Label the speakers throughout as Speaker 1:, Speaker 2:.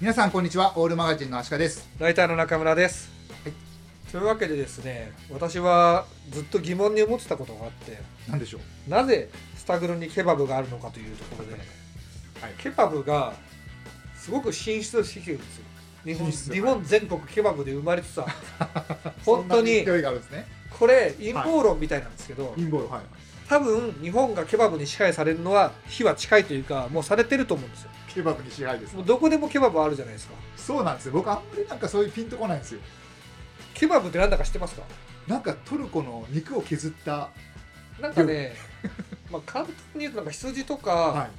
Speaker 1: 皆さんこんにちはオールマガジンのアシカです
Speaker 2: ライターの中村です、
Speaker 1: はい
Speaker 2: というわけでですね私はずっと疑問に思ってたことがあって
Speaker 1: なんでしょう
Speaker 2: なぜスタグルにケバブがあるのかというところで、
Speaker 1: はい
Speaker 2: ケバブがすごく進出してきてるんですよ日本
Speaker 1: 進出
Speaker 2: 日本全国ケバブで生まれつつある 本当
Speaker 1: そ
Speaker 2: に
Speaker 1: んな勢いがあるんですね
Speaker 2: これ陰謀論みたいなんですけど、
Speaker 1: 陰謀論はい
Speaker 2: 多分日本がケバブに支配されるのは日は近いというかもうされてると思うんですよ
Speaker 1: ケバブに支配です
Speaker 2: もうどこでもケバブあるじゃないですか
Speaker 1: そうなんですよ僕あんまりなんかそういうピンとこないんですよ
Speaker 2: ケバブってなんだか知ってますか
Speaker 1: なんかトルコの肉を削った
Speaker 2: なんかね まあ簡単に言うとなんか羊とか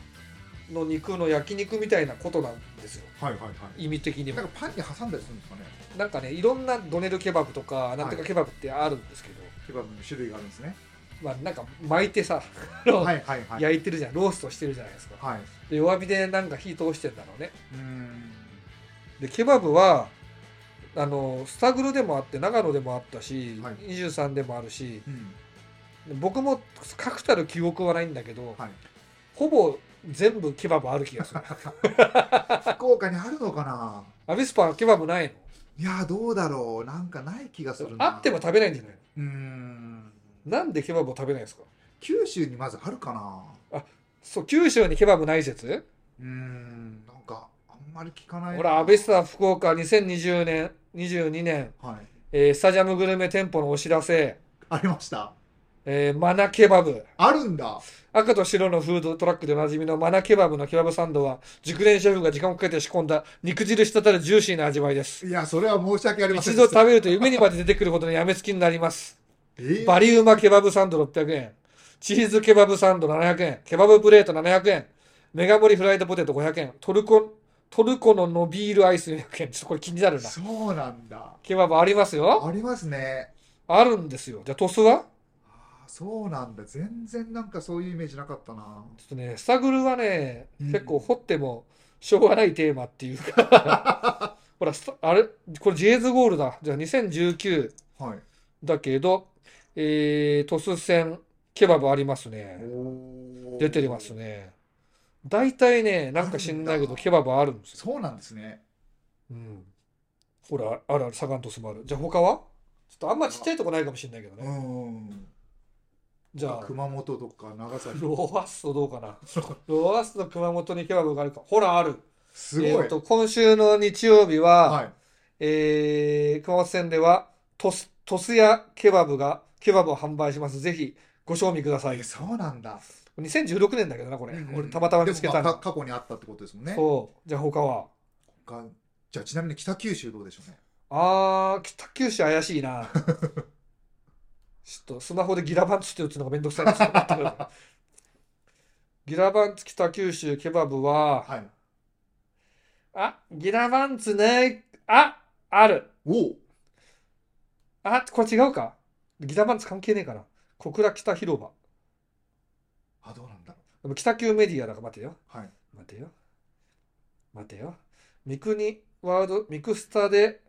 Speaker 2: の肉の焼肉みたいなことなんですよ
Speaker 1: はいはいは
Speaker 2: 意味的に
Speaker 1: な
Speaker 2: も
Speaker 1: んかパンに挟んだりするんですかね
Speaker 2: なんかねいろんなドネルケバブとかなんとかケバブってあるんですけど、
Speaker 1: ケバブの種類があるんですね
Speaker 2: まあなんか巻いてさあの
Speaker 1: はいはいはい
Speaker 2: 焼いてるじゃんローストしてるじゃないですか
Speaker 1: はい
Speaker 2: で弱火でなんか火通してんだろうね
Speaker 1: うーん
Speaker 2: でケバブはあのスタグルでもあって長野でもあったし、
Speaker 1: はい
Speaker 2: 23でもあるし
Speaker 1: うん
Speaker 2: 僕も確たる記憶はないんだけど、
Speaker 1: はい
Speaker 2: ほぼ全部ケバブある気が する
Speaker 1: 福岡にあるのかな
Speaker 2: アビスパはケバブないの
Speaker 1: いやーどうだろうなんかない気がするな
Speaker 2: あっても食べないんじゃないう
Speaker 1: ーん
Speaker 2: のなんでケバブを食べないんですか
Speaker 1: 九州にまずあるかな
Speaker 2: そう九州にケバブない説
Speaker 1: うーんなんかあんまり聞かない
Speaker 2: ほら安倍さん福岡2020年22年、
Speaker 1: はい
Speaker 2: えースタジアムグルメ店舗のお知らせ、
Speaker 1: ありました
Speaker 2: えーマナケバブ
Speaker 1: あるんだ
Speaker 2: 赤と白のフードトラックでおなじみのマナケバブのケバブサンドは熟練シェフが時間をかけて仕込んだ肉汁滴るジューシーな味わいです
Speaker 1: いやそれは申し訳ありません
Speaker 2: 一度食べると夢にまで出てくることにやめつきになります
Speaker 1: えー
Speaker 2: バリウマケバブサンド600円。チーズケバブサンド700円。ケバブプレート700円。メガ盛りフライドポテト500円。トルコ、トルコのノビールアイス400円。ちょっとこれ気になるな。
Speaker 1: そうなんだ
Speaker 2: ケバブありますよ。
Speaker 1: ありますね
Speaker 2: あるんですよ。じゃあトスは
Speaker 1: あーそうなんだ全然なんかそういうイメージなかったな
Speaker 2: ちょっとね、スタグルはね、
Speaker 1: うん
Speaker 2: 結構掘ってもしょうがないテーマっていうか。 ほら、スタあれ、これジェーズゴールだ。じゃあ2019
Speaker 1: はい
Speaker 2: だけど、えー、トス戦、ケバブありますね。
Speaker 1: おー
Speaker 2: 出てますね。大体ね、なんか知んない
Speaker 1: ある
Speaker 2: け
Speaker 1: ん
Speaker 2: ど、
Speaker 1: だ
Speaker 2: ケバブあるんですよ。
Speaker 1: そうなんですね
Speaker 2: うん。ほら、あるある、サガン鳥栖もある。じゃあ他はちょっとあんまちっちゃいとこないかもしんないけど
Speaker 1: う
Speaker 2: ね。
Speaker 1: ん
Speaker 2: じゃあ、
Speaker 1: 熊本とか長崎
Speaker 2: ローアッソどうかな。ローアッソの熊本にケバブがあるか。ほら、ある。
Speaker 1: す
Speaker 2: え
Speaker 1: ごい
Speaker 2: ーと、今週の日曜日は、
Speaker 1: はい
Speaker 2: えー熊本戦では、トス、トスやケバブが、ケバブを販売します。ぜひ、ご賞味ください
Speaker 1: え。そうなんだ
Speaker 2: 2016年だけどな、これ。
Speaker 1: うんうん
Speaker 2: 俺、たまたま見つけた
Speaker 1: でもまあ
Speaker 2: の。
Speaker 1: か過去にあったってことですもんね
Speaker 2: そう。じゃあ他は
Speaker 1: がじゃあちなみに北九州どうでしょうね
Speaker 2: あー、北九州怪しいな。ちょっとスマホでギラバンツって打つのがめんどくさいんですよギラバンツ北九州ケバブは、
Speaker 1: はい
Speaker 2: あ、ギラバンツね、あ、ある。
Speaker 1: おお
Speaker 2: あ、これ違うか。ギラバンツ関係ねえかな。小倉北広場。
Speaker 1: あどうなんだろ
Speaker 2: でも北九メディアだから待てよ。
Speaker 1: うはい
Speaker 2: 待てよ。待てよ。三国ワールド、ミクスタで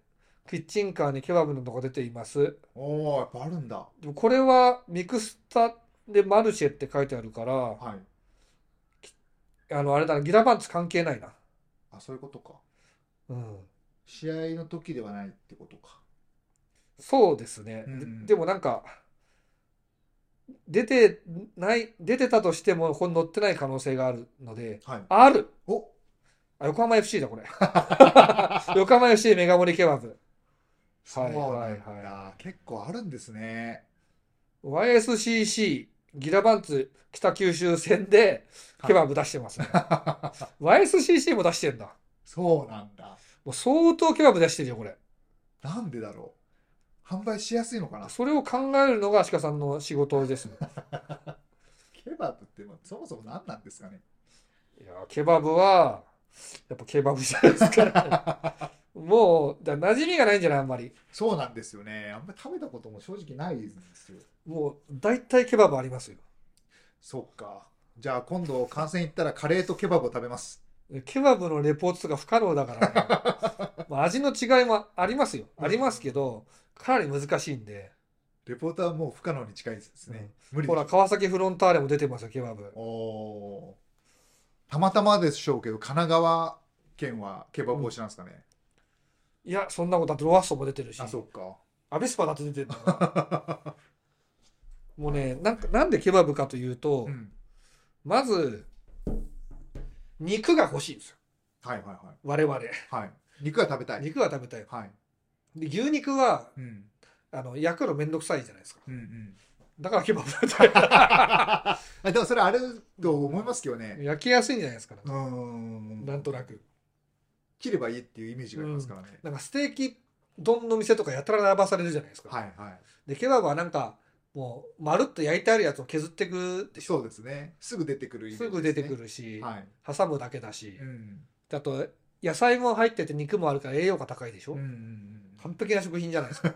Speaker 2: キッチンカーにケバブのとこ出ています。
Speaker 1: おおやっぱあるんだ
Speaker 2: でもこれはミクスタでマルシェって書いてあるから、
Speaker 1: はい
Speaker 2: あの、あれだな、ギラバンツ関係ないな。
Speaker 1: あそういうことか
Speaker 2: うん。
Speaker 1: 試合の時ではないってことか
Speaker 2: そうですね。
Speaker 1: うんう
Speaker 2: で
Speaker 1: ん
Speaker 2: でもなんか、出てない、出てたとしても、ここに載ってない可能性があるので、
Speaker 1: はい
Speaker 2: ある
Speaker 1: お
Speaker 2: あ、横浜 FC だ、これ。 横浜 FC メガ盛りケバブ。
Speaker 1: そうなんだ、
Speaker 2: はいはいは
Speaker 1: 結構あるんですね
Speaker 2: YSCC ギラバンツ北九州戦でケバブ出して ますね。YSCC も出してんだ。
Speaker 1: そうなんだ
Speaker 2: もう相当ケバブ出してるよ、これ。
Speaker 1: なんでだろう販売しやすいのかな
Speaker 2: それを考えるのが足利さんの仕事で すね。
Speaker 1: ケバブってまあそもそも何なんですかね
Speaker 2: いやー、ケバブは、やっぱケバブじゃないですか。 もう、だ馴染みがないんじゃないあんまり。
Speaker 1: そうなんですよねあんまり食べたことも正直ないんですよ
Speaker 2: もう、大体ケバブありますよ。
Speaker 1: そっかじゃあ今度観戦行ったらカレーとケバブを食べます
Speaker 2: ケバブのレポートとか不可能だから ね、まあ味の違いもありますよ。ありますけど、かなり難しいんで。
Speaker 1: レポーターはもう不可能に近いですね、無理
Speaker 2: ほ
Speaker 1: でし
Speaker 2: ら、
Speaker 1: ょ
Speaker 2: 川崎フロンターレも出てますよ、ケバブ。
Speaker 1: おーたまたまでしょうけど神奈川県はケバブ推しなんですかね。
Speaker 2: いやそんなことだってロワッソも出てるし
Speaker 1: あ、そっか。
Speaker 2: アビスパだって出てるんだ からもうねなんかなんでケバブかというと、
Speaker 1: うん。
Speaker 2: まず肉が欲しいんですよ
Speaker 1: はいはい
Speaker 2: 我々
Speaker 1: はい。はい。肉が食べたい。
Speaker 2: 肉は食べたい
Speaker 1: はい。
Speaker 2: で牛肉は
Speaker 1: うん。
Speaker 2: あの焼くのめんどくさいじゃないですか
Speaker 1: うんうん。
Speaker 2: だからケバブ食べたい
Speaker 1: あでもそれあると思いますけどね。
Speaker 2: 焼きやすいんじゃないですか、
Speaker 1: うーん。
Speaker 2: なんとなく
Speaker 1: 切ればいいっていうイメージがありますからね。
Speaker 2: なんかステーキ丼の店とかやたら並ばされるじゃないですか、
Speaker 1: はいはい。
Speaker 2: でケバブはなんかもうまるっと焼いてあるやつを削っていくでしょ
Speaker 1: そうですね。すぐ出てくるイメージ
Speaker 2: すぐ出てく。るし、
Speaker 1: はい。
Speaker 2: 挟むだけだし
Speaker 1: う、ん。
Speaker 2: あと野菜も入ってて肉もあるから栄養価高いでしょ、
Speaker 1: うんうんうん
Speaker 2: 完璧な食品じゃない ですか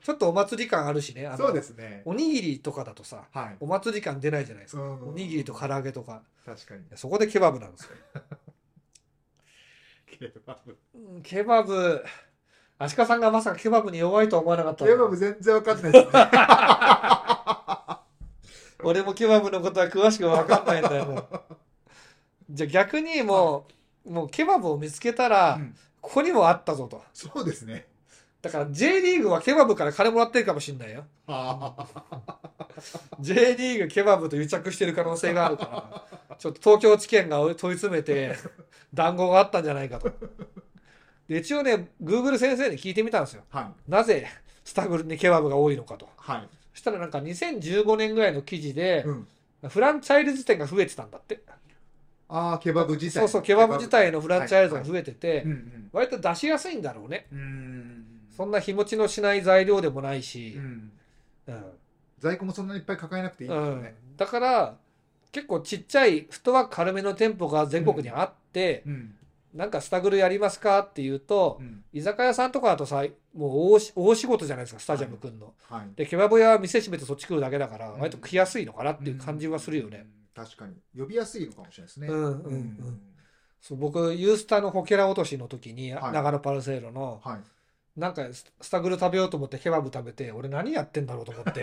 Speaker 2: ちょっとお祭り感あるしねあの
Speaker 1: そうですね。
Speaker 2: おにぎりとかだとさ
Speaker 1: はい。
Speaker 2: お祭り感出ないじゃないですか、
Speaker 1: お
Speaker 2: おにぎりと唐揚げとか
Speaker 1: 確 かに
Speaker 2: い。やそこでケバブなんですよ
Speaker 1: ケバブ。
Speaker 2: うんケバブアシカさんがまさかケバブに弱いとは思わなかったな
Speaker 1: ケバブ全然わかんないですね。
Speaker 2: 俺もケバブのことは詳しく分かんないんだよもう じゃあ逆にもう,、もうケバブを見つけたら、
Speaker 1: うん
Speaker 2: ここにもあったぞと
Speaker 1: そうですね。
Speaker 2: だから J リーグはケバブから金もらってるかもしんないよ
Speaker 1: あ
Speaker 2: J リーグケバブと癒着してる可能性がある からちょっと東京地検が問い詰めて談合があったんじゃないかとで一応ね Google 先生に聞いてみたんですよ
Speaker 1: あ。はい。
Speaker 2: なぜスタグルにケバブが多いのかと
Speaker 1: はい。
Speaker 2: そしたらなんか2015年ぐらいの記事で、
Speaker 1: うん。
Speaker 2: フランチャイズ店が増えてたんだって
Speaker 1: ああ、ケバブ自体。
Speaker 2: そうそうケバブ自体のフランチャイズが
Speaker 1: はい
Speaker 2: 増えてて、
Speaker 1: うんうん。
Speaker 2: 割と出しやすいんだろうね
Speaker 1: うん。
Speaker 2: そんな日持ちのしない材料でもないし
Speaker 1: う、ん。
Speaker 2: うん
Speaker 1: 在庫もそんなにいっぱい抱えなくていいですよね。
Speaker 2: うんだから結構ちっちゃいフットワーク軽めの店舗が全国にあって、
Speaker 1: うん。
Speaker 2: なんかスタグルやりますかって言うと、
Speaker 1: うん。
Speaker 2: 居酒屋さんとかだとさもう大し大仕事じゃないですかスタジアムくんの、
Speaker 1: はい。
Speaker 2: でケバブ屋は店閉めてそっち来るだけだから
Speaker 1: うん
Speaker 2: 割と来やすいのかなっていう感じはするよね、
Speaker 1: うん。確かに。呼びやすいのかもしれないですね。
Speaker 2: うんうん
Speaker 1: う
Speaker 2: うんそう僕ユースタのホケラ落としの時に、
Speaker 1: はい
Speaker 2: 長野パルセイロの
Speaker 1: はい。
Speaker 2: なんかススタグル食べようと思ってケバブ食べて俺何やってんだろうと思って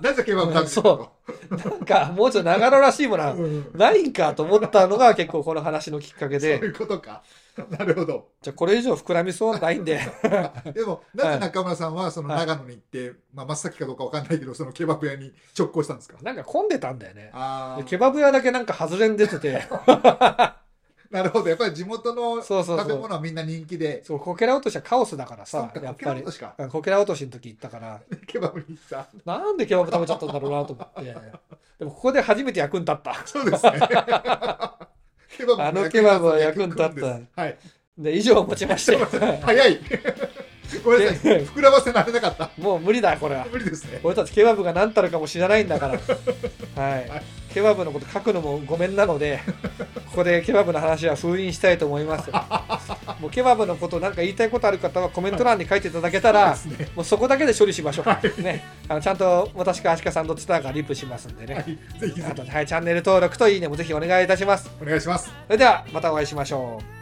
Speaker 1: なぜケバブ食べてる
Speaker 2: そなんかもうちょっと長野らしいものは
Speaker 1: のうん
Speaker 2: ないんかと思ったのが結構この話のきっかけ
Speaker 1: そうい
Speaker 2: で
Speaker 1: うことか。 なるほど。
Speaker 2: じゃあこれ以上膨らみそうはないん で
Speaker 1: でも、なぜ中村さんはその長野に行って、まあ真っ先かどうかわかんないけど、そのケバブ屋に直行したんですか
Speaker 2: なんか混んでたんだよね
Speaker 1: あ
Speaker 2: でケ
Speaker 1: あ。
Speaker 2: バブ屋だけなんか外れん出てて
Speaker 1: なるほど。やっぱり地元の食
Speaker 2: そうそう
Speaker 1: べ
Speaker 2: そう
Speaker 1: 物はみんな人気で。
Speaker 2: そうこけら落としはカオスだからさ
Speaker 1: そっか
Speaker 2: やっ
Speaker 1: ケバ
Speaker 2: ぱ
Speaker 1: ブ
Speaker 2: り
Speaker 1: としか
Speaker 2: うんこけら落としの時行ったから
Speaker 1: ケバブに行った。
Speaker 2: なんでケバブ食べちゃったんだろうなと思 ってでもここで初めて役に立った
Speaker 1: そう ですね。ケバブ
Speaker 2: あのケバブは役に立った
Speaker 1: 役にですはい。
Speaker 2: で以上をもちまして
Speaker 1: 早い。 ごめんなさい。
Speaker 2: で
Speaker 1: 膨らませられなかった。
Speaker 2: もう無理だこれは
Speaker 1: 無理ですね。
Speaker 2: 俺たちケバブが何たるかも知らない んだからはい、
Speaker 1: はい
Speaker 2: ケバブのこと書くのもごめんなのでここでケバブの話は封印したいと思いますもうケバブのことなんか言いたいことある方はコメント欄に書いていただけたら、
Speaker 1: そうですね
Speaker 2: もうそこだけで処理しましょう、ね、あのちゃんと私かアシカさんどっちだかリプしますんでね、
Speaker 1: はい。ぜひぜ
Speaker 2: あと、はい、チャンネル登録といいねもぜひお願いいたします
Speaker 1: ひお願いします。
Speaker 2: それではまたお会いしましょう